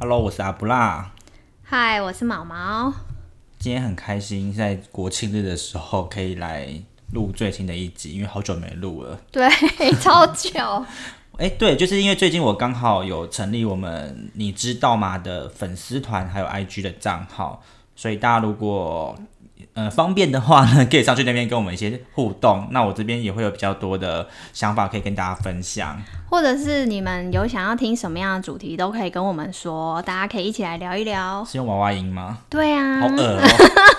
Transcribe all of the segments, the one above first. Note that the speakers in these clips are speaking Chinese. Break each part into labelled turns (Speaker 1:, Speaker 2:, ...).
Speaker 1: Hello，我是阿布拉。
Speaker 2: 嗨，我是毛毛。
Speaker 1: 今天很开心，在国庆日的时候可以来录最新的一集，因为好久没录了。
Speaker 2: 对， 超久。
Speaker 1: 哎、对，就是因为最近我刚好有成立我们你知道吗的粉丝团，还有 IG 的账号，所以大家如果呃方便的话呢，可以上去那边跟我们一些互动。那我这边也会有比较多的想法可以跟大家分享。
Speaker 2: 或者是你们有想要听什么样的主题，都可以跟我们说，大家可以一起来聊一聊。
Speaker 1: 是用娃娃音吗？
Speaker 2: 对
Speaker 1: 好
Speaker 2: 啊，
Speaker 1: 恶哦、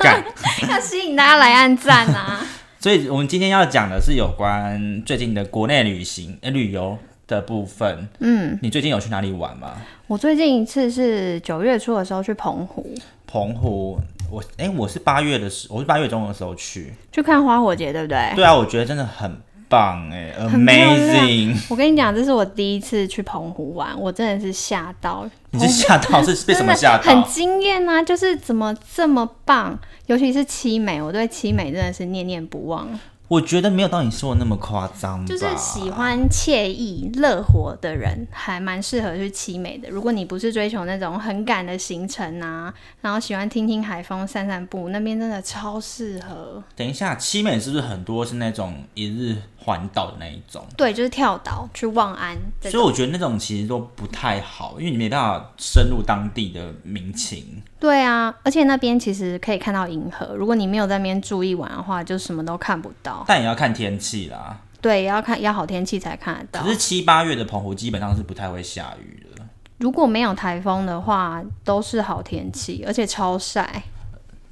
Speaker 1: 干。
Speaker 2: 要吸引大家来按赞啊！
Speaker 1: 所以我们今天要讲的是有关最近的国内旅行、呃、旅游的部分。嗯，你最近有去哪里玩吗？
Speaker 2: 我最近一次是九月初的时候去澎湖，
Speaker 1: 澎湖，我哎、我是八月的时，我是八月中的时候去。
Speaker 2: 去看花火节，对不对？
Speaker 1: 对啊，我觉得真的很棒哎、
Speaker 2: 哎很漂亮
Speaker 1: a m a z i n g
Speaker 2: 我跟你讲，这是我第一次去澎湖玩，我真的是吓到，
Speaker 1: 你是吓到是被什么吓
Speaker 2: 真的
Speaker 1: 到
Speaker 2: 很？惊艳啊！就是怎么这么棒，尤其是七美，我对七美真的是念念不忘。
Speaker 1: 我觉得没有到你说的那么夸张吧。
Speaker 2: 就是喜欢惬意乐活的人，还蛮适合去七美的。如果你不是追求那种很赶的行程啊，然后喜欢听听海风、散散步，那边真的超适合。
Speaker 1: 等一下，七美是不是很多是那种一日环岛的那一种？
Speaker 2: 对，就是跳岛去望安这
Speaker 1: 所以我
Speaker 2: 种。
Speaker 1: 觉得那种其实都不太好，因为你没办法深入当地的民情。
Speaker 2: 对啊，而且那边其实可以看到银河，如果你没有在那边住一晚的话，就什么都看不到。
Speaker 1: 但也要看天气啦。
Speaker 2: 对，也要看要好天气才看得到
Speaker 1: 可。是七八月的澎湖基本上是不太会下雨的。
Speaker 2: 如果没有台风的话，都是好天气，而且超晒。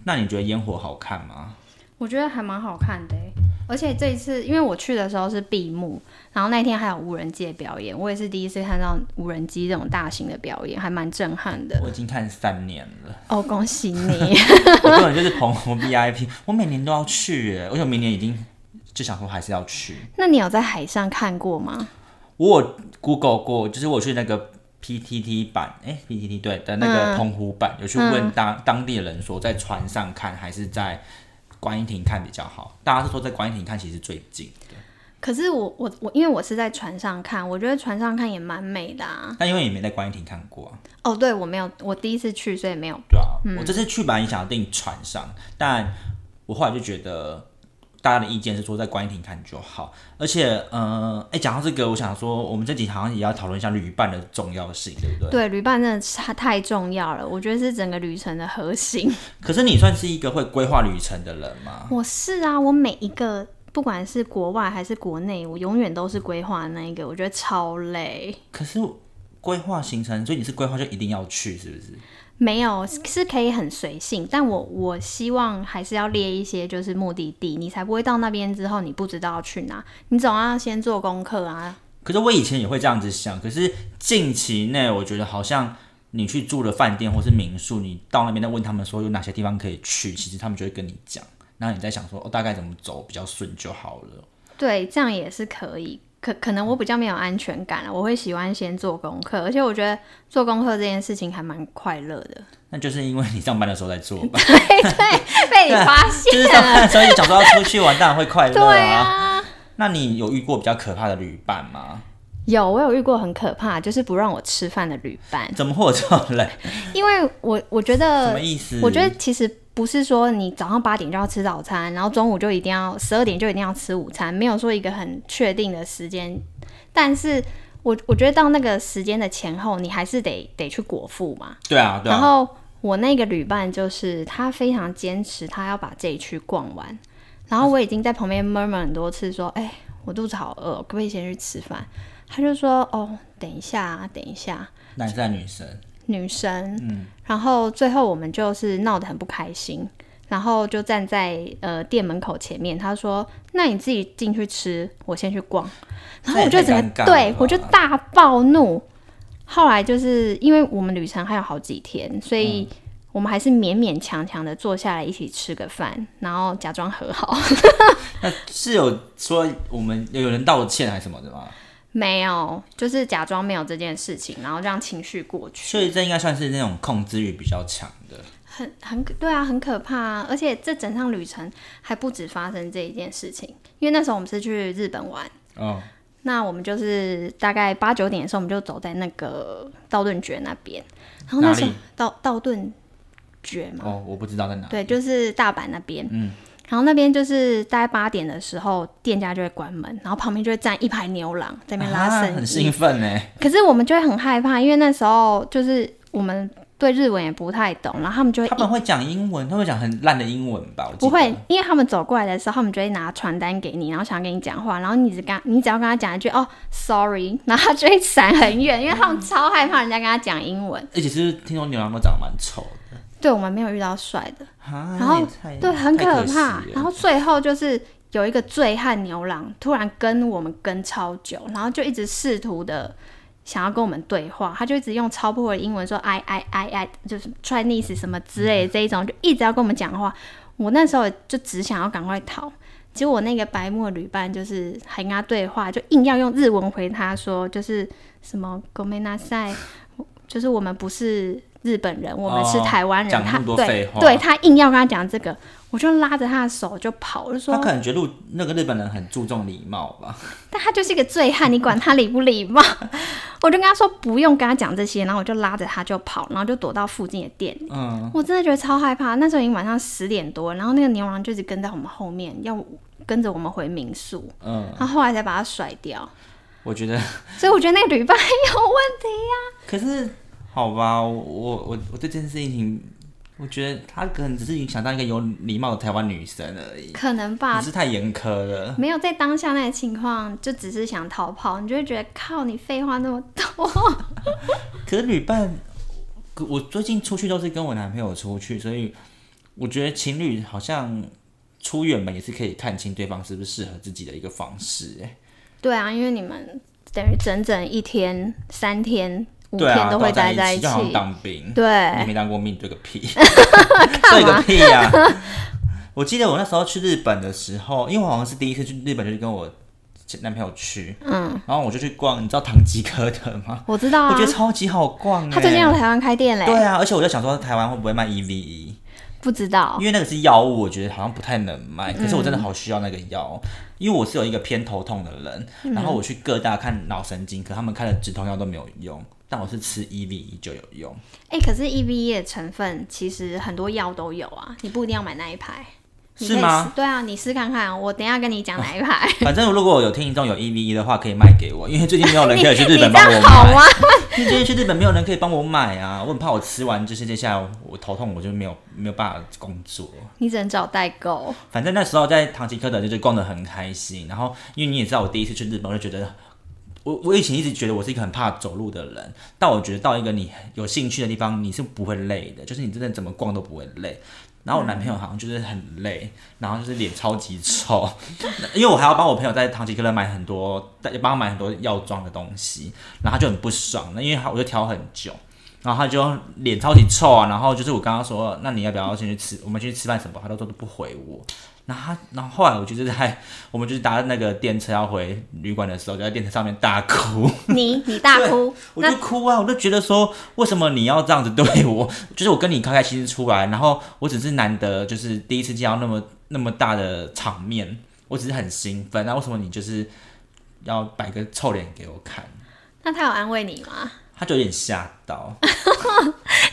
Speaker 1: 那你觉得烟火好看吗？
Speaker 2: 我觉得还蛮好看的欸、而且这一次因为我去的时候是闭幕，然后那天还有无人机的表演，我也是第一次看到无人机这种大型的表演，还蛮震撼的。
Speaker 1: 我已经看三年了，
Speaker 2: 哦，恭喜你！
Speaker 1: 我根本就是澎湖 VIP，我每年都要去耶，而且我明年已经就想说还是要去。
Speaker 2: 那你有在海上看过吗？
Speaker 1: 我有 Google 过，就是我去那个 PTT 版，哎、p t t 对的那个澎湖版，有去问当、当地的人说，在船上看还是在观音亭看比较好？大家是说在观音亭看其实最近的，
Speaker 2: 可是我我我，因为我是在船上看，我觉得船上看也蛮美的啊。
Speaker 1: 但因为也没在观音亭看过啊。
Speaker 2: 哦，对，我没有，我第一次去，所以没有。
Speaker 1: 对啊，我这次去本来也想要订船上，但我后来就觉得大家的意见是说在观音亭看就好，而且，呃，哎、讲到这个，我想说我们这集好像也要讨论一下旅伴的重要性，对不对？
Speaker 2: 对，旅伴真的是太太重要了，我觉得是整个旅程的核心。
Speaker 1: 可是你算是一个会规划旅程的人吗？
Speaker 2: 我是啊，我每一个不管是国外还是国内，我永远都是规划那一个，我觉得超累。
Speaker 1: 可是规划行程，所以你是规划就一定要去，是不是？
Speaker 2: 没有是可以很随性，但我我希望还是要列一些就是目的地，你才不会到那边之后你不知道要去哪，你总要先做功课啊。
Speaker 1: 可是我以前也会这样子想，可是近期内我觉得好像你去住的饭店或是民宿，你到那边再问他们说有哪些地方可以去，其实他们就会跟你讲，然后你再想说哦大概怎么走比较顺就好了。
Speaker 2: 对，这样也是可以。可可能我比较没有安全感啊，我会喜欢先做功课，而且我觉得做功课这件事情还蛮快乐的。
Speaker 1: 那就是因为你上班的时候在做 吧，
Speaker 2: 被你发现
Speaker 1: 就是上班的时候就想说要哦出去玩，当然会快乐
Speaker 2: 对
Speaker 1: 啊。
Speaker 2: 啊。
Speaker 1: 那你有遇过比较可怕的旅伴吗？
Speaker 2: 有，我有遇过很可怕，就是不让我吃饭的旅伴，
Speaker 1: 怎么会有这种人？
Speaker 2: 因为我我觉
Speaker 1: 什
Speaker 2: 得
Speaker 1: 么，意思？
Speaker 2: 呃我觉得其实不是说你早上八点就要吃早餐，然后中午就一定要十二点就一定要吃午餐，没有说一个很确定的时间，但是。我我觉得到那个时间的前后，你还是得得去果腹嘛。
Speaker 1: 对啊，对
Speaker 2: 然
Speaker 1: 啊，
Speaker 2: 后我那个旅伴就是他非常坚持，他要把这一区逛完。然后我已经在旁边 murmur 很多次说：“哎、我肚子好饿，可不可以先去吃饭？”他就说：“哦，等一下啊，等一下。
Speaker 1: 男生还是女生，”
Speaker 2: 女生，
Speaker 1: 嗯
Speaker 2: 然后最后我们就是闹得很不开心，然后就站在呃店门口前面。他说：“那你自己进去吃，我先去逛。”然后我就整
Speaker 1: 这也太
Speaker 2: 个
Speaker 1: 尴尬了
Speaker 2: 对
Speaker 1: 吧
Speaker 2: 我就大暴怒。后来就是因为我们旅程还有好几天，所以
Speaker 1: 嗯
Speaker 2: 我们还是勉勉强强的坐下来一起吃个饭，然后假装和好。
Speaker 1: 那是有说我们有人道歉还是什么的吗？
Speaker 2: 没有，就是假装没有这件事情，然后让情绪过去。
Speaker 1: 所以这应该算是那种控制欲比较强的。
Speaker 2: 很很可对啊，很可怕、啊。而且这整趟旅程还不止发生这一件事情，因为那时候我们是去日本玩，
Speaker 1: 哦，
Speaker 2: 那我们就是大概八九点的时候，我们就走在那个道顿崛那边，然后那时候
Speaker 1: 哪里
Speaker 2: 道道顿崛嘛，
Speaker 1: 哦，我不知道在哪。
Speaker 2: 对，就是大阪那边，嗯，然后那边就是大概八点的时候，店家就会关门，然后旁边就会站一排牛郎在那边拉
Speaker 1: 啊
Speaker 2: 生
Speaker 1: 很
Speaker 2: 意，
Speaker 1: 兴奋欸呢。
Speaker 2: 可是我们就会很害怕，因为那时候就是我们对日文也不太懂，然后他们就会
Speaker 1: 他们会讲英文，他们会讲很烂的英文吧？我记得
Speaker 2: 不会，因为他们走过来的时候，他们就会拿传单给你，然后想跟你讲话，然后你只跟他你只要跟他讲一句哦，sorry，然后他就会闪很远，因为
Speaker 1: 嗯
Speaker 2: 他们超害怕人家跟他讲英文。
Speaker 1: 而且是听说牛郎都长得蛮丑的，
Speaker 2: 对我们没有遇到帅的，
Speaker 1: 啊
Speaker 2: 然后
Speaker 1: 也太
Speaker 2: 对，很
Speaker 1: 太
Speaker 2: 可
Speaker 1: 惜
Speaker 2: 怕
Speaker 1: 了。
Speaker 2: 然后最后就是有一个醉汉牛郎突然跟我们跟超久，然后就一直试图的想要跟我们对话，他就一直用超破的英文说 I I I I，就是 Chinese 什么之类的这一种，就一直要跟我们讲话。我那时候就只想要赶快逃。结果我那个白目的旅伴就是还跟他对话，就硬要用日文回他说，就是什么 g o m e n a s a i 就是我们不是日本人，我们是
Speaker 1: 哦
Speaker 2: 台湾人。
Speaker 1: 讲那
Speaker 2: 他
Speaker 1: 么多
Speaker 2: 对
Speaker 1: 废话
Speaker 2: 对，他硬要跟他讲这个，我就拉着他的手就跑，我就说
Speaker 1: 他，可能觉得路那个日本人很注重礼貌吧？
Speaker 2: 但他就是一个醉汉，你管他礼不礼貌？ 我就跟他说不用跟他讲这些，然后我就拉着他就跑，然后就躲到附近的店里。
Speaker 1: 嗯，
Speaker 2: 我真的觉得超害怕，那时候已经晚上十点多，然后那个牛郎就一直跟在我们后面，要跟着我们回民宿，
Speaker 1: 嗯，
Speaker 2: 然后后来才把他甩掉。
Speaker 1: 我觉得，
Speaker 2: 所以我觉得那个旅伴有问题。
Speaker 1: 可是好吧，我我我我对这件事情，我觉得他可能只是想当一个有礼貌的台湾女生而已，
Speaker 2: 可能吧
Speaker 1: 你，是太严苛了。
Speaker 2: 没有在当下那个情况，就只是想逃跑，你就会觉得靠，你废话那么多。
Speaker 1: 可是旅伴，可我最近出去都是跟我男朋友出去，所以我觉得情侣好像出远门也是可以看清对方是不是适合自己的一个方式、欸。
Speaker 2: 对啊，因为你们等于整整一天、三天、五
Speaker 1: 对啊，
Speaker 2: 嗯天都会待
Speaker 1: 待
Speaker 2: 在
Speaker 1: 一就好像当兵。你
Speaker 2: 对，
Speaker 1: 没当过兵，对个屁！对个屁 呀、我记得我那时候去日本的时候，因为我好像是第一次去日本，就是跟我前男朋友去，嗯，然后我就去逛，你知道唐吉诃德吗？
Speaker 2: 我知道
Speaker 1: 我
Speaker 2: 啊
Speaker 1: 觉。得超级好逛、欸，
Speaker 2: 他最近有台湾开店嘞，
Speaker 1: 对啊，而且我就想说台湾会不会卖 E？EVE，
Speaker 2: 不知道
Speaker 1: 因为那个是药物，我觉得好像不太能卖，可是我真
Speaker 2: 嗯
Speaker 1: 的好需要那个药，因为我是有一个偏头痛的
Speaker 2: 嗯
Speaker 1: 人，然后我去各大看脑神经科，他们开的止痛药都没有用，但我是吃 EVE 就有用。
Speaker 2: 哎、可是 EVE 的成分其实很多药都有啊，你不一定要买那一排。你可以
Speaker 1: 是吗
Speaker 2: 试？对啊，你试看看，我等一下跟你讲哪一排。
Speaker 1: 反正如果有听众有 EVE 的话，可以卖给我，因为最近没有人可以 去日本
Speaker 2: 你
Speaker 1: 帮
Speaker 2: 这
Speaker 1: 我
Speaker 2: 样好
Speaker 1: 买。
Speaker 2: 吗？
Speaker 1: 因为最近去日本没有人可以帮我买啊，我很怕我吃完就是接下来我头痛，我就没有没有办法工作。
Speaker 2: 你只能找代购。
Speaker 1: 反正那时候在唐吉诃德就是逛得很开心，然后因为你也知道我第一次去日本，我就觉得。我我以前一直觉得我是一个很怕走路的人，但我觉得到一个你有兴趣的地方，你是不会累的，就是你真的怎么逛都不会累。然后我男朋友好像就是很累，然后就是脸超级臭， 因为我还要帮我朋友在唐吉诃德买很多，帮他买很多药妆的东西，然后他就很不爽，那因为他我就挑很久，然后他就脸超级臭啊，然后就是我刚刚说，那你要不要先去吃，我们去吃饭什么，他都说都不回我。然后他，然后后来我就是在我们就是搭那个电车要回旅馆的时候，就在电车上面大哭，
Speaker 2: 你你大哭，
Speaker 1: 我就哭啊，我就觉得说，为什么你要这样子对我？ 就是我跟你开开心心出来，然后我只是难得就是第一次见到那么那么大的场面，我只是很兴奋，那为什么你就是要摆个臭脸给我看？
Speaker 2: 那他有安慰你吗？
Speaker 1: 他就有点吓到，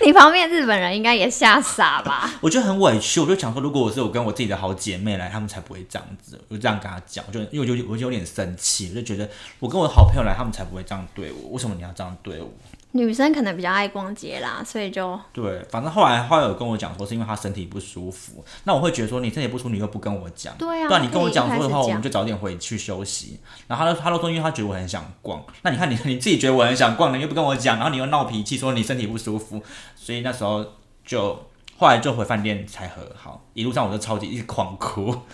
Speaker 2: 你旁边日本人应该也吓傻吧？
Speaker 1: 我就很委屈，我就想说，如果我是我跟我自己的好姐妹来，她们才不会这样子。我就这样跟她讲，我就因为我就我就有点生气，我就觉得我跟我的好朋友来，她们才不会这样对我，为什么你要这样对我？
Speaker 2: 女生可能比较爱逛街啦，所以就
Speaker 1: 对，反正后来后来有跟我讲说，是因为她身体不舒服。那我会觉得说，你身体不舒服，你又不跟我讲，
Speaker 2: 对啊
Speaker 1: 对、你跟我讲
Speaker 2: 可以一
Speaker 1: 说
Speaker 2: 开始
Speaker 1: 的话，我
Speaker 2: 讲
Speaker 1: 们就早点回去休息。然后她就她都说，因为她觉得我很想逛。那你看你你自己觉得我很想逛，你又不跟我讲，然后你又闹脾气说你身体不舒服，所以那时候就后来就回饭店才和好。一路上我就超级一直狂哭。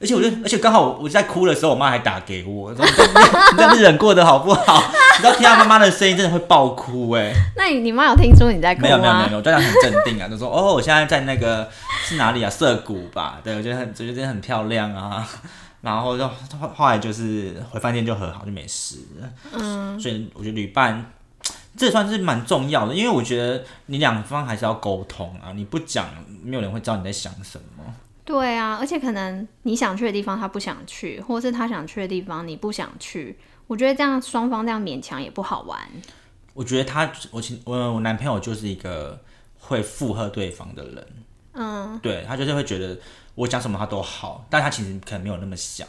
Speaker 1: 而且我就，而且刚好我在哭的时候，我妈还打给我，说你在你在日本过得好不好？你知道听到妈妈的声音真的会爆哭哎、
Speaker 2: 那你你妈有听出你在哭 吗？
Speaker 1: 没有没有没有没有，我当然很镇定啊，就 说哦，我现在在那个是哪里啊？涩谷吧，对，我觉得很，我觉得真的很漂亮啊。 然后就后后来就是回饭店就和好，就没事了。嗯，所以我觉得旅伴这算是蛮重要的，因为我觉得你两方还是要沟通啊，你不讲，没有人会知道你在想什么。
Speaker 2: 对啊，而且可能你想去的地方他不想去，或是他想去的地方你不想去，我觉得这样双方这样勉强也不好玩。
Speaker 1: 我觉得他，我其我我男朋友就是一个会附和对方的人，嗯，对他就是会觉得我讲什么他都好，但他其实可能没有那么想，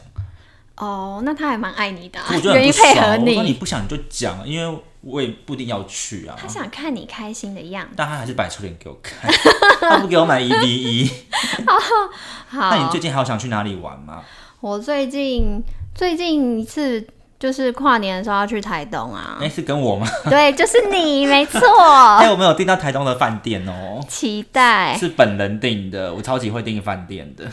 Speaker 2: 哦，那他还蛮爱你的、啊
Speaker 1: 可我，觉得很
Speaker 2: 愿意
Speaker 1: 不
Speaker 2: 配
Speaker 1: 爽
Speaker 2: 合
Speaker 1: 我说你不想你就讲，因为我也不一定要去啊
Speaker 2: 他。想看你开心的样子。
Speaker 1: 但他还是摆臭脸给我看，他不给我买一 v 一。
Speaker 2: 好，
Speaker 1: 那你最近还有想去哪里玩吗？
Speaker 2: 我最近最近一次就是跨年的时候要去台东啊
Speaker 1: 哎、，是跟我吗？
Speaker 2: 对，就是你，没错，
Speaker 1: 哎、我们有订到台东的饭店哦、
Speaker 2: 期待。
Speaker 1: 是本人订的，我超级会订饭店的。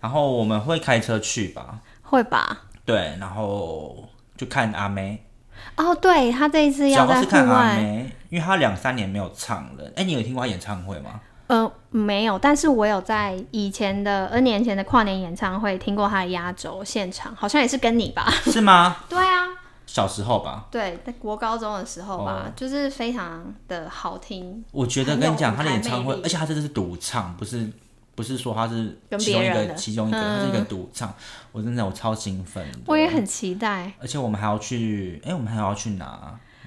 Speaker 1: 然后我们会开车去吧，
Speaker 2: 会吧？
Speaker 1: 对，然后就看阿妹，
Speaker 2: 哦，对他这一次
Speaker 1: 主
Speaker 2: 要
Speaker 1: 要
Speaker 2: 在
Speaker 1: 是
Speaker 2: 户
Speaker 1: 看阿
Speaker 2: 外，
Speaker 1: 妹，因为她两三年没有唱了。哎、你有听过她演唱会吗？
Speaker 2: 呃，没有，但是我有在以前的 N 年前的跨年演唱会听过他的压轴现场，好像也是跟你吧？
Speaker 1: 是吗？
Speaker 2: 对啊，
Speaker 1: 小时候吧，
Speaker 2: 对，在国高中的时候吧，
Speaker 1: 哦
Speaker 2: 就是非常的好听，
Speaker 1: 我觉得跟你讲，她的演唱会
Speaker 2: 很有舞台魅，力
Speaker 1: 而且她真的是独唱，不是不是说她是
Speaker 2: 跟
Speaker 1: 其中一
Speaker 2: 别人
Speaker 1: 个
Speaker 2: 的
Speaker 1: 其中一个，
Speaker 2: 嗯
Speaker 1: 她是一个独唱。我真的我超兴奋的，
Speaker 2: 我也很期待。
Speaker 1: 而且我们还要去，哎、我们还要去哪？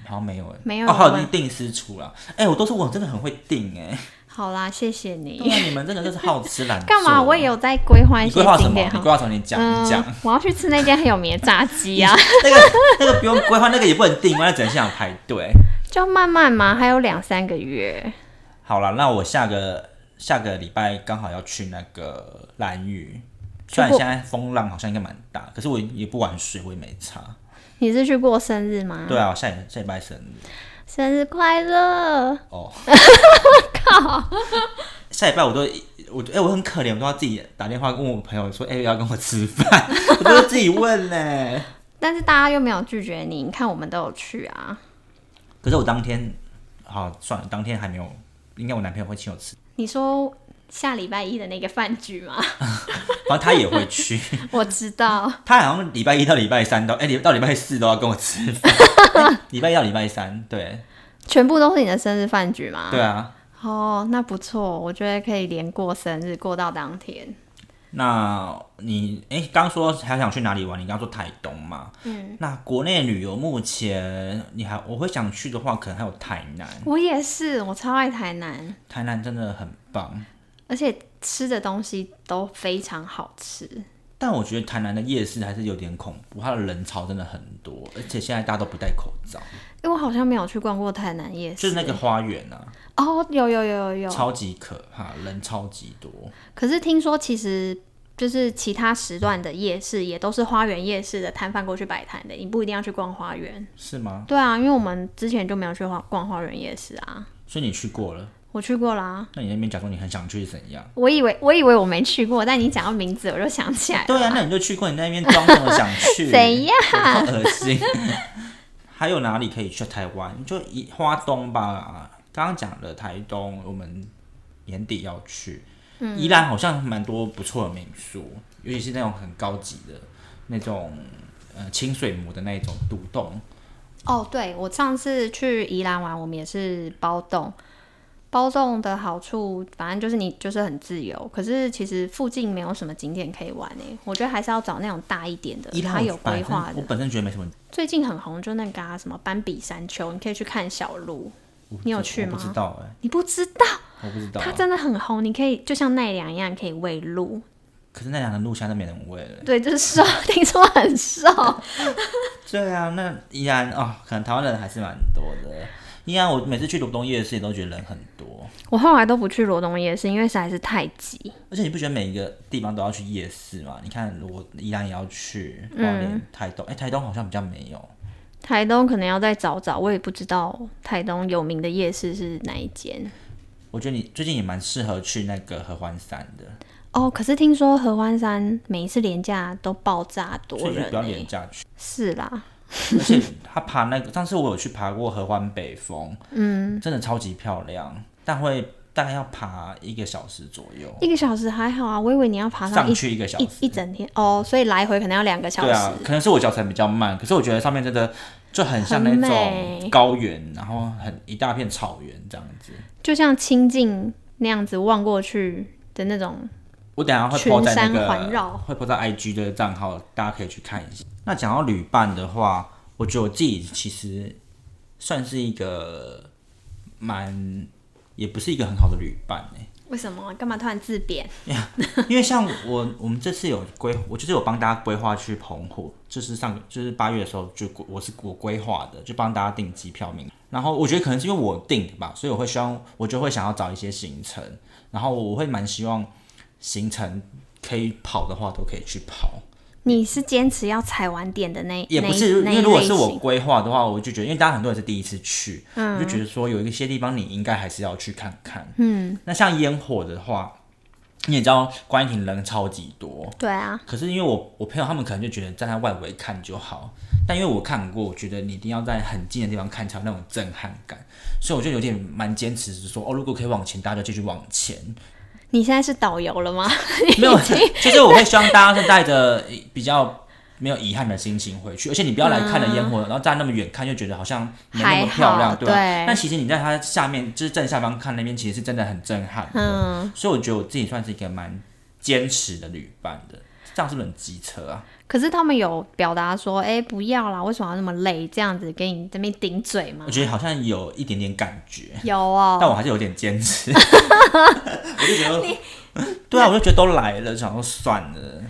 Speaker 1: 好像没有哎、
Speaker 2: 没有
Speaker 1: 哦，还
Speaker 2: 我
Speaker 1: 有
Speaker 2: 们
Speaker 1: 订私厨啦。哎、我都说我真的很会订 哎、
Speaker 2: 好啦，谢谢你。
Speaker 1: 对啊，你们真的就是好吃懒做。啊
Speaker 2: 干嘛？我也有在规划一
Speaker 1: 你
Speaker 2: 些
Speaker 1: 规划什
Speaker 2: 景
Speaker 1: 么？
Speaker 2: 点
Speaker 1: 你
Speaker 2: 哈
Speaker 1: 规。划什么？你讲，你讲。
Speaker 2: 嗯，我要去吃那间很有名的炸鸡 啊，
Speaker 1: 那个那个不用规划，那个也不能定，那只能现场排队。
Speaker 2: 就慢慢嘛，还有两三个月。
Speaker 1: 好了，那我下个下个礼拜刚好要去那个蓝屿，虽然
Speaker 2: 去过
Speaker 1: 现在风浪好像应该蛮大，可是我也不玩水，我也没差。
Speaker 2: 你是去过生日吗？
Speaker 1: 对啊，我下礼下礼拜生日
Speaker 2: 生日快乐！
Speaker 1: 哦。靠！下礼拜我都我哎、我很可怜，我都要自己打电话跟我朋友说，哎、要跟我吃饭， 我都是自己问呢、
Speaker 2: 但是大家又没有拒绝你，你看我们都有去啊。
Speaker 1: 可是我当天，好算了，当天还没有，应该我男朋友会请我吃，
Speaker 2: 你说下礼拜一的那个饭局吗？
Speaker 1: 反正他也会去，
Speaker 2: 我知道，
Speaker 1: 他好像礼拜一到礼拜三都，哎、礼到礼拜四都要跟我吃 饭，哎礼、拜一到礼拜三，对
Speaker 2: 全部都是你的生日饭局吗？
Speaker 1: 对。啊。
Speaker 2: 哦，那不错，我觉得可以连过生日过到当天。
Speaker 1: 那你哎，刚、说还想去哪里玩？你刚说台东嘛，嗯，那国内旅游目前你还我会想去的话，可能还有台南，
Speaker 2: 我也是，我超爱台南，
Speaker 1: 台南真的很棒，
Speaker 2: 而且吃的东西都非常好吃。
Speaker 1: 但我觉得台南的夜市还是有点恐怖，它的人潮真的很多，而且现在大家都不戴口罩，
Speaker 2: 因为我好像没有去逛过台南夜市，
Speaker 1: 就是那个花园啊，
Speaker 2: 哦，有有有有有。
Speaker 1: 超级可怕，人超级多。
Speaker 2: 可是听说其实就是其他时段的夜市也都是花园夜市的摊贩过去摆摊的，你不一定要去逛花园。
Speaker 1: 是吗？
Speaker 2: 对啊，因为我们之前就没有去花逛花园夜市啊，
Speaker 1: 所以你去过了，
Speaker 2: 我去过啦。
Speaker 1: 那你那边假说你很想去是怎样？
Speaker 2: 我以为我以为我没去过，但你讲到名字我就想起来了。
Speaker 1: 对啊，那你就去过，你在那边装什么想去？
Speaker 2: 怎样？
Speaker 1: 好恶心。 还有哪里可以去？台湾就以花东吧，刚刚讲的台东，我们年底要去。
Speaker 2: 嗯
Speaker 1: 宜兰好像蛮多不错的民宿，尤其是那种很高级的那种，呃，清水模的那种独栋，
Speaker 2: 哦，对，我上次去宜兰玩，我们也是包栋。包栋的好处，反正就是你就是很自由，可是其实附近没有什么景点可以玩诶、我觉得还是要找那种大一点的，
Speaker 1: 宜
Speaker 2: 它
Speaker 1: 兰哦
Speaker 2: 有
Speaker 1: 我本
Speaker 2: 规
Speaker 1: 身
Speaker 2: 划
Speaker 1: 我
Speaker 2: 的。
Speaker 1: 本身觉得没什么
Speaker 2: 最近很红就那个、啊、什么斑比山丘，你可以去看小鹿，你有去
Speaker 1: 我
Speaker 2: 吗
Speaker 1: 不知道哎、
Speaker 2: 你不知道，
Speaker 1: 我不知道。啊
Speaker 2: 它真的很红，你可以就像奈良一样可以喂鹿，
Speaker 1: 可是那两个路现在都没人喂了。
Speaker 2: 对，就是瘦， 听说很瘦。
Speaker 1: 对啊，那依然哦，可能台湾人还是蛮多的。依然，我每次去罗东夜市也都觉得人很多，
Speaker 2: 我后来都不去罗东夜市，因为实在是太挤。
Speaker 1: 而且你不觉得每一个地方都要去夜市吗？你看，我依然也要去
Speaker 2: 嗯
Speaker 1: 花莲、台东，哎、台东好像比较没有。
Speaker 2: 台东可能要再找找，我也不知道台东有名的夜市是哪一间。
Speaker 1: 我觉得你最近也蛮适合去那个合欢山的，
Speaker 2: 哦，可是听说合欢山每一次廉价都爆炸多
Speaker 1: 所以就
Speaker 2: 人、
Speaker 1: 不要廉
Speaker 2: 欸，
Speaker 1: 价去。
Speaker 2: 是啦，
Speaker 1: 而且他爬那个，上次我有去爬过合欢北峰，嗯，真的超级漂亮，但会大概要爬一个小时左右，
Speaker 2: 一个小时还好啊，我以为你要爬上
Speaker 1: 上
Speaker 2: 一
Speaker 1: 去一个小时
Speaker 2: 一。一整天哦，所以来回可能要两个小
Speaker 1: 对
Speaker 2: 时。
Speaker 1: 啊，可能是我脚程比较慢，可是我觉得上面真的就很像
Speaker 2: 很
Speaker 1: 那种
Speaker 2: 美
Speaker 1: 高原，然后很一大片草原这样子。
Speaker 2: 就像清境那样子望过去的那种。
Speaker 1: 我等一下会
Speaker 2: 群
Speaker 1: po 在那
Speaker 2: 山环
Speaker 1: 个
Speaker 2: 绕
Speaker 1: 会 po 在 IG 的账号，大家可以去看一下。那讲到旅伴的话，我觉得我自己其实算是一个蛮，也不是一个很好的旅伴哎、
Speaker 2: 为什么？干嘛突然自贬？
Speaker 1: 因为像我，我们这次有规，我就是有帮大家规划去澎湖，就是上就是八月的时候就我是我规划的，就帮大家订机票名。然后我觉得可能是因为我订的吧，所以我会希望我就会想要找一些行程，然后我会蛮希望行程可以跑的话都可以去跑，
Speaker 2: 你是坚持要踩晚点的那
Speaker 1: 也
Speaker 2: 那
Speaker 1: 不
Speaker 2: 一
Speaker 1: 是因
Speaker 2: 那一
Speaker 1: 为如果
Speaker 2: 类
Speaker 1: 是我
Speaker 2: 型
Speaker 1: 规划的话，我就觉得因为大家很多人是第一次去，
Speaker 2: 嗯
Speaker 1: 我就觉得说有一些地方你应该还是要去看看。嗯，那像烟火的话，你也知道观音亭人超级多，
Speaker 2: 对啊，
Speaker 1: 可是因为我我朋友他们可能就觉得站在外围看就好，但因为我看过，我觉得你一定要在很近的地方看才有那种震撼感，所以我就有点蛮坚持，是说哦，如果可以往前，大家就继续往 前。
Speaker 2: 你现在是导游了吗？
Speaker 1: 没有，就是我会希望大家是带着比较没有遗憾的心情回去，而且你不要来看了烟火，然后站那么远看就觉得好像没那
Speaker 2: 嗯还
Speaker 1: 么漂亮，
Speaker 2: 好
Speaker 1: 对吧、
Speaker 2: 对
Speaker 1: 但其实你在它下面，就是正下方看那边，其实是真的很震撼的。
Speaker 2: 嗯，
Speaker 1: 所以我觉得我自己算是一个蛮坚持的旅伴的，这样是不是很机车啊？
Speaker 2: 可是他们有表达说，哎、不要啦，为什么要那么累？这样子给你这边顶嘴吗
Speaker 1: 我？觉得好像有一点点感觉，
Speaker 2: 有哦，
Speaker 1: 但我还是有点坚 持。我就觉得，对啊，我就觉得都来了，想说算了。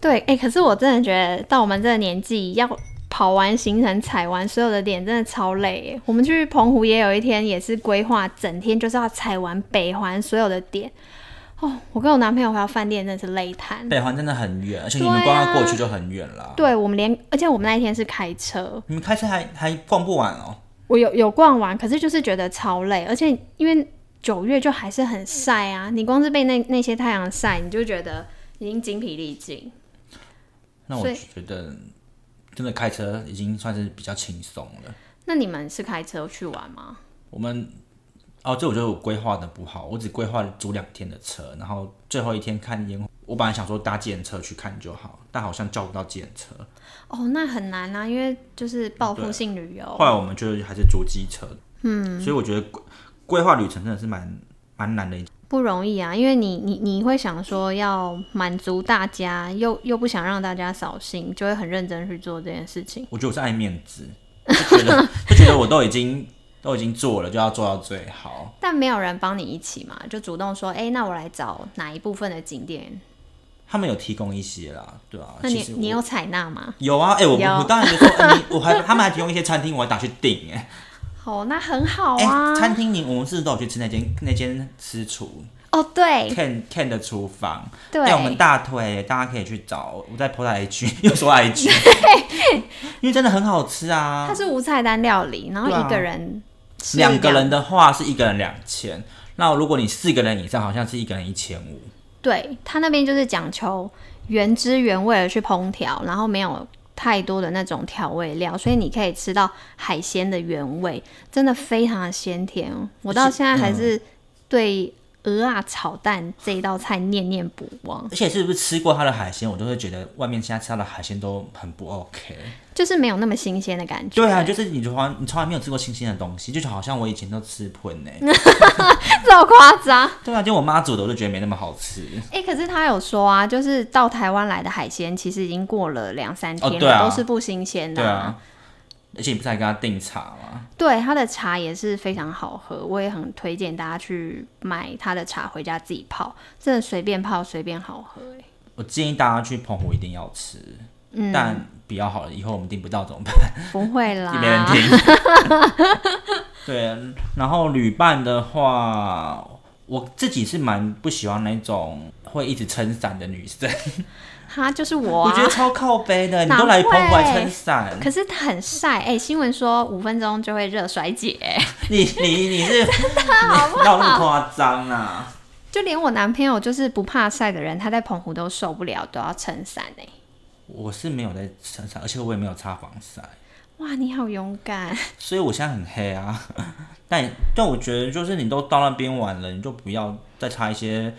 Speaker 2: 对，哎、可是我真的觉得到我们这个年纪，要跑完行程、踩完所有的点，真的超累耶。我们去澎湖也有一天，也是规划整天就是要踩完北环所有的点。哦，我跟我男朋友回到饭店，真的是累瘫。
Speaker 1: 北环真的很远，而且
Speaker 2: 对
Speaker 1: 你
Speaker 2: 啊
Speaker 1: 们光要过去就很远了。
Speaker 2: 对啊我们连，而且我们那一天是开车，
Speaker 1: 你们开车还还逛不完哦。
Speaker 2: 我有有逛完，可是就是觉得超累，而且因为九月就还是很晒啊，你光是被那那些太阳晒，你就觉得已经精疲力尽。
Speaker 1: 那我
Speaker 2: 所以
Speaker 1: 觉得真的开车已经算是比较轻松了。
Speaker 2: 那你们是开车去玩吗？
Speaker 1: 我们哦，这我觉得我规划的不好，我只规划了租两天的车，然后最后一天看烟火。我本来想说搭计程车去看就好，但好像叫不到计程车。
Speaker 2: 哦，那很难啊，因为就是报复性旅
Speaker 1: 后
Speaker 2: 游。
Speaker 1: 来我们就还是租机车。嗯，所以我觉得规规划旅程真的是蛮蛮难的一件。
Speaker 2: 不容易啊，因为你你你会想说要满足大家，又又不想让大家扫兴，就会很认真去做这件事情。
Speaker 1: 我觉得我是爱面子，就觉得 就觉得我都已经都已经做了，就要做到最好。
Speaker 2: 但没有人帮你一起嘛，就主动说，哎、那我来找哪一部分的景点？
Speaker 1: 他们有提供一些啦，对啊。
Speaker 2: 那
Speaker 1: 其
Speaker 2: 你
Speaker 1: 实
Speaker 2: 你
Speaker 1: 我
Speaker 2: 有采纳吗？
Speaker 1: 有啊，哎、我
Speaker 2: 有
Speaker 1: 我当然就说，哎你我还他们还提供一些餐厅，我还打去订、 哎
Speaker 2: 哦，那很好
Speaker 1: 哎、
Speaker 2: 啊。
Speaker 1: 餐厅你我们是都有去吃那间那间私厨
Speaker 2: 哦，对
Speaker 1: Ken Ken 的厨房，
Speaker 2: 对，
Speaker 1: 哎我们大推，大家可以去找，我在 PO 在 IG 又说 IG，因为真的很好吃啊
Speaker 2: 它。是无菜单料理，然后
Speaker 1: 对啊
Speaker 2: 一个人吃
Speaker 1: 两个人的话是一个人两千，那如果你四个人以上，好像是一个人一千五。
Speaker 2: 对他那边就是讲求原汁原味的去烹调，然后没有太多的那种调味料，所以你可以吃到海鲜的原味，真的非常的鲜甜。我到现在还是对鹅啊炒蛋这一道菜念念不忘，
Speaker 1: 而且是不是吃过他的海鲜，我都会觉得外面现在吃到的海鲜都很不 OK。
Speaker 2: 就是没有那么新鲜的感觉。
Speaker 1: 对啊，就是你从来你从来没有吃过新鲜的东西，就好像我以前都吃喷呢、
Speaker 2: 这么夸张？
Speaker 1: 对啊，就我妈煮的，我就觉得没那么好吃。
Speaker 2: 哎、可是他有说啊，就是到台湾来的海鲜，其实已经过了两三
Speaker 1: 哦
Speaker 2: 天了，
Speaker 1: 对啊
Speaker 2: 都是不新鲜的、
Speaker 1: 对啊，而且你不是还跟她订茶吗？
Speaker 2: 对，它的茶也是非常好喝，我也很推荐大家去买它的茶回家自己泡，真的随便泡随便好喝、欸。
Speaker 1: 我建议大家去澎湖一定要吃，
Speaker 2: 嗯，
Speaker 1: 但比较好了，以后我们订不到怎么办？
Speaker 2: 不会
Speaker 1: 也没人
Speaker 2: 啦，
Speaker 1: 听。 对，然后旅伴的话，我自己是蛮不喜欢那种会一直撑伞的女生，
Speaker 2: 哈，就是我
Speaker 1: 我觉
Speaker 2: 啊。
Speaker 1: 得超靠背的。你
Speaker 2: 哪
Speaker 1: 都来澎湖还
Speaker 2: 会
Speaker 1: 撑伞，
Speaker 2: 可是它很晒，哎、新闻说五分钟就会热衰竭、欸
Speaker 1: 你你你 是你闹那么夸张啊？
Speaker 2: 就连我男朋友就是不怕晒的人，他在澎湖都受不了，都要撑伞哎。
Speaker 1: 我是没有在撑伞，而且我也没有擦防晒。
Speaker 2: 哇，你好勇敢！
Speaker 1: 所以我现在很黑啊。 但但我觉得就是你都到那边玩了，你就不要再擦一些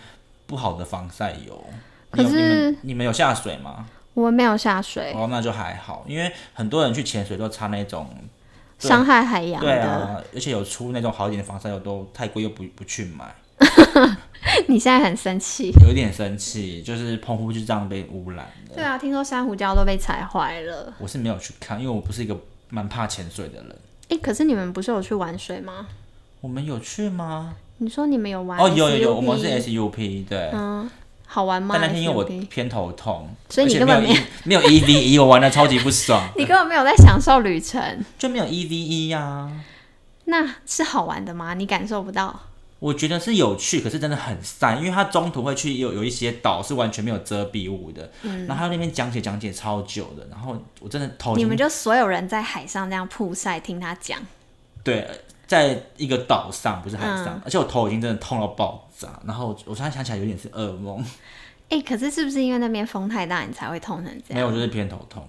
Speaker 1: 不好的防晒油。你有
Speaker 2: 可
Speaker 1: 你
Speaker 2: 是
Speaker 1: 们你们有下水吗？
Speaker 2: 我没有下水，
Speaker 1: 哦，那就还好，因为很多人去潜水都擦那种，对
Speaker 2: 伤害海洋
Speaker 1: 对
Speaker 2: 的。
Speaker 1: 啊，而且有出那种好一点的防晒油都太贵，又不不去买，
Speaker 2: 你现在很生气？
Speaker 1: 有一点生气。就是澎湖就这样被污染了，
Speaker 2: 对啊，听说珊瑚礁都被踩坏了。
Speaker 1: 我是没有去看，因为我不是一个蛮怕潜水的人。
Speaker 2: 哎、可是你们不是有去玩水吗？
Speaker 1: 我们有去吗？
Speaker 2: 你说你们有玩？
Speaker 1: 哦，有有有，我们是 SUP 对。
Speaker 2: 嗯，好玩吗？
Speaker 1: 但那天因为我
Speaker 2: SUP
Speaker 1: 偏头痛，
Speaker 2: 所以
Speaker 1: 而
Speaker 2: 你
Speaker 1: 且
Speaker 2: 根本
Speaker 1: 没有 E- 没有 E V E，我玩的超级不爽，
Speaker 2: 你根本没有在享受旅程，
Speaker 1: 就没有 E V E 呀。
Speaker 2: 那是好玩的吗？你感受不到？
Speaker 1: 我觉得是有趣，可是真的很散，因为它中途会去有有一些岛是完全没有遮蔽物的，
Speaker 2: 嗯
Speaker 1: 然后它那边讲解讲解超久的，然后我真的头已
Speaker 2: 你
Speaker 1: 经
Speaker 2: 们就所有人在海上这样曝晒，听他讲。
Speaker 1: 对，在一个岛上，不是海上，
Speaker 2: 嗯
Speaker 1: 而且我头已经真的痛到爆炸，然后我我现在想起来有点是噩梦，
Speaker 2: 哎、可是是不是因为那边风太大，你才会痛成这
Speaker 1: 没
Speaker 2: 样？
Speaker 1: 有，我就是偏头痛。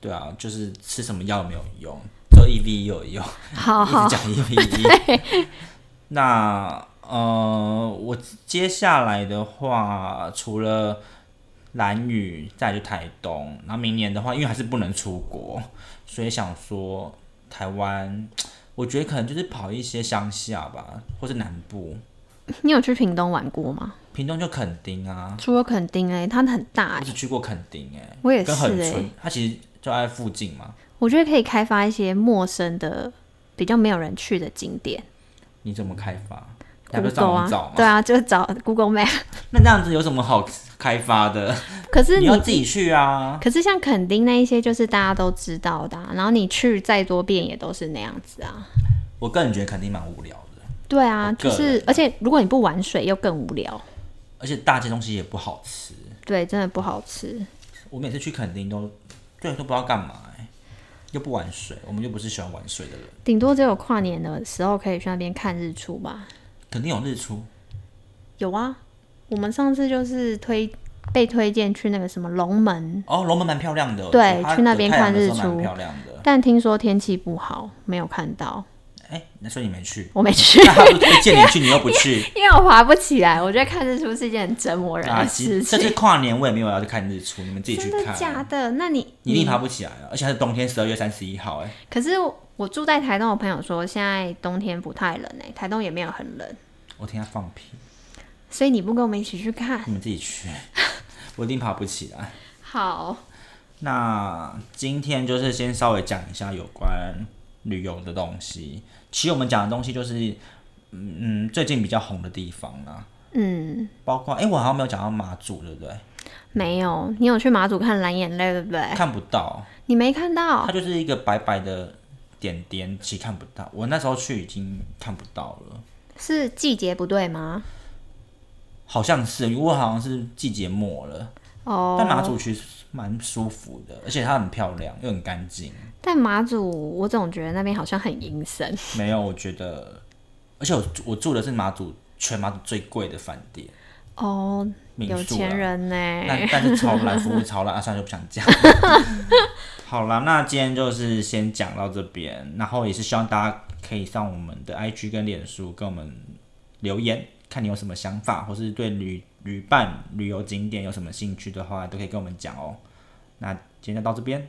Speaker 1: 对啊，就是吃什么药没有用，做 E V 也有用，
Speaker 2: 好
Speaker 1: 一直
Speaker 2: 好，
Speaker 1: 讲 E V E。那呃，我接下来的话，除了蓝屿，再来就台东，然后明年的话，因为还是不能出国，所以想说台湾，我觉得可能就是跑一些乡下吧，或是南部。
Speaker 2: 你有去屏东玩过吗？
Speaker 1: 屏东就垦丁啊，
Speaker 2: 除了垦丁、欸，哎，它很大、
Speaker 1: 我
Speaker 2: 欸，
Speaker 1: 只去过垦丁哎、
Speaker 2: 我也是、
Speaker 1: 跟很
Speaker 2: 欸，
Speaker 1: 村，它其实就在附近嘛。
Speaker 2: 我觉得可以开发一些陌生的、比较没有人去的景点。
Speaker 1: 你怎么开发？还不是上
Speaker 2: Google
Speaker 1: 网找
Speaker 2: 啊
Speaker 1: 嘛，？
Speaker 2: 对啊，就找 Google Map。
Speaker 1: 那这样子有什么好开发的？
Speaker 2: 可
Speaker 1: 你
Speaker 2: 是你，
Speaker 1: 要自己去啊。
Speaker 2: 可是像垦丁那一些，就是大家都知道的啊、然后你去再多遍也都是那样子啊。
Speaker 1: 我个人觉得垦丁蛮无聊的，
Speaker 2: 对啊，
Speaker 1: 我个
Speaker 2: 就
Speaker 1: 人
Speaker 2: 是而且如果你不玩水，又更无聊。
Speaker 1: 而且大街东西也不好吃。
Speaker 2: 对，真的不好吃。
Speaker 1: 我每次去垦丁都，对，都不知道干嘛、欸，又不玩水，我们又不是喜欢玩水的人。
Speaker 2: 顶多只有跨年的时候可以去那边看日出吧。
Speaker 1: 肯定有日出，
Speaker 2: 有啊，我们上次就是推被推荐去那个什么龙门，
Speaker 1: 哦，龙门蛮漂亮的，
Speaker 2: 对
Speaker 1: 它
Speaker 2: 去那边
Speaker 1: 有太阳的时候
Speaker 2: 看日出
Speaker 1: 蛮漂亮的。
Speaker 2: 但听说天气不好，没有看到，，
Speaker 1: 哎、那所以你没去
Speaker 2: 我没 去，
Speaker 1: 那他不是推荐你去，你又不去，
Speaker 2: 因为我爬不起来。我觉得看日出是一件很折磨人
Speaker 1: 啊，
Speaker 2: 的
Speaker 1: 其实
Speaker 2: 事
Speaker 1: 这
Speaker 2: 情。
Speaker 1: 次跨年我也没有要去看日出，你们自己去
Speaker 2: 真
Speaker 1: 看
Speaker 2: 的
Speaker 1: 啊。
Speaker 2: 假的？那你
Speaker 1: 你一定爬不起来啊，而且还是冬天十二月三十一号、哎，
Speaker 2: 可是我住在台东的朋友说，现在冬天不太冷哎、台东也没有很冷，
Speaker 1: 我听他放屁，
Speaker 2: 所以你不跟我们一起去看？
Speaker 1: 你们自己去， 我一定爬不起来。
Speaker 2: 好，
Speaker 1: 那今天就是先稍微讲一下有关旅游的东西，其实我们讲的东西就是，嗯嗯，最近比较红的地方啊，
Speaker 2: 嗯，
Speaker 1: 包括哎、我好像没有讲到马祖，对不对？
Speaker 2: 没有，你有去马祖看蓝眼泪对不对？
Speaker 1: 看不到，
Speaker 2: 你没看到
Speaker 1: 它？就是一个白白的点点，其实看不到。我那时候去已经看不到了。
Speaker 2: 是季节不对吗？
Speaker 1: 好像是，因为好像是季节末了，
Speaker 2: 哦，
Speaker 1: 但马祖其实蛮舒服的，而且它很漂亮，又很干净。
Speaker 2: 但马祖，我总觉得那边好像很阴森。
Speaker 1: 没有，我觉得，而且我住我住的是马祖全马祖最贵的饭店
Speaker 2: 哦，
Speaker 1: 民
Speaker 2: 有
Speaker 1: 宿啊
Speaker 2: 钱
Speaker 1: 啦，
Speaker 2: 人欸
Speaker 1: 但
Speaker 2: 呢？
Speaker 1: 但是超烂，服务超烂，啊，算了就不想 讲。好啦，那今天就是先讲到这边，然后也是希望大家可以上我们的 IG 跟脸书跟我们留言，看你有什么想法，或是对旅旅伴、旅游景点有什么兴趣的话，都可以跟我们讲哦。那今天就到这边，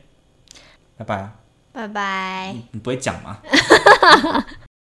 Speaker 1: 拜拜啊。
Speaker 2: 拜拜。
Speaker 1: 你你不会讲吗？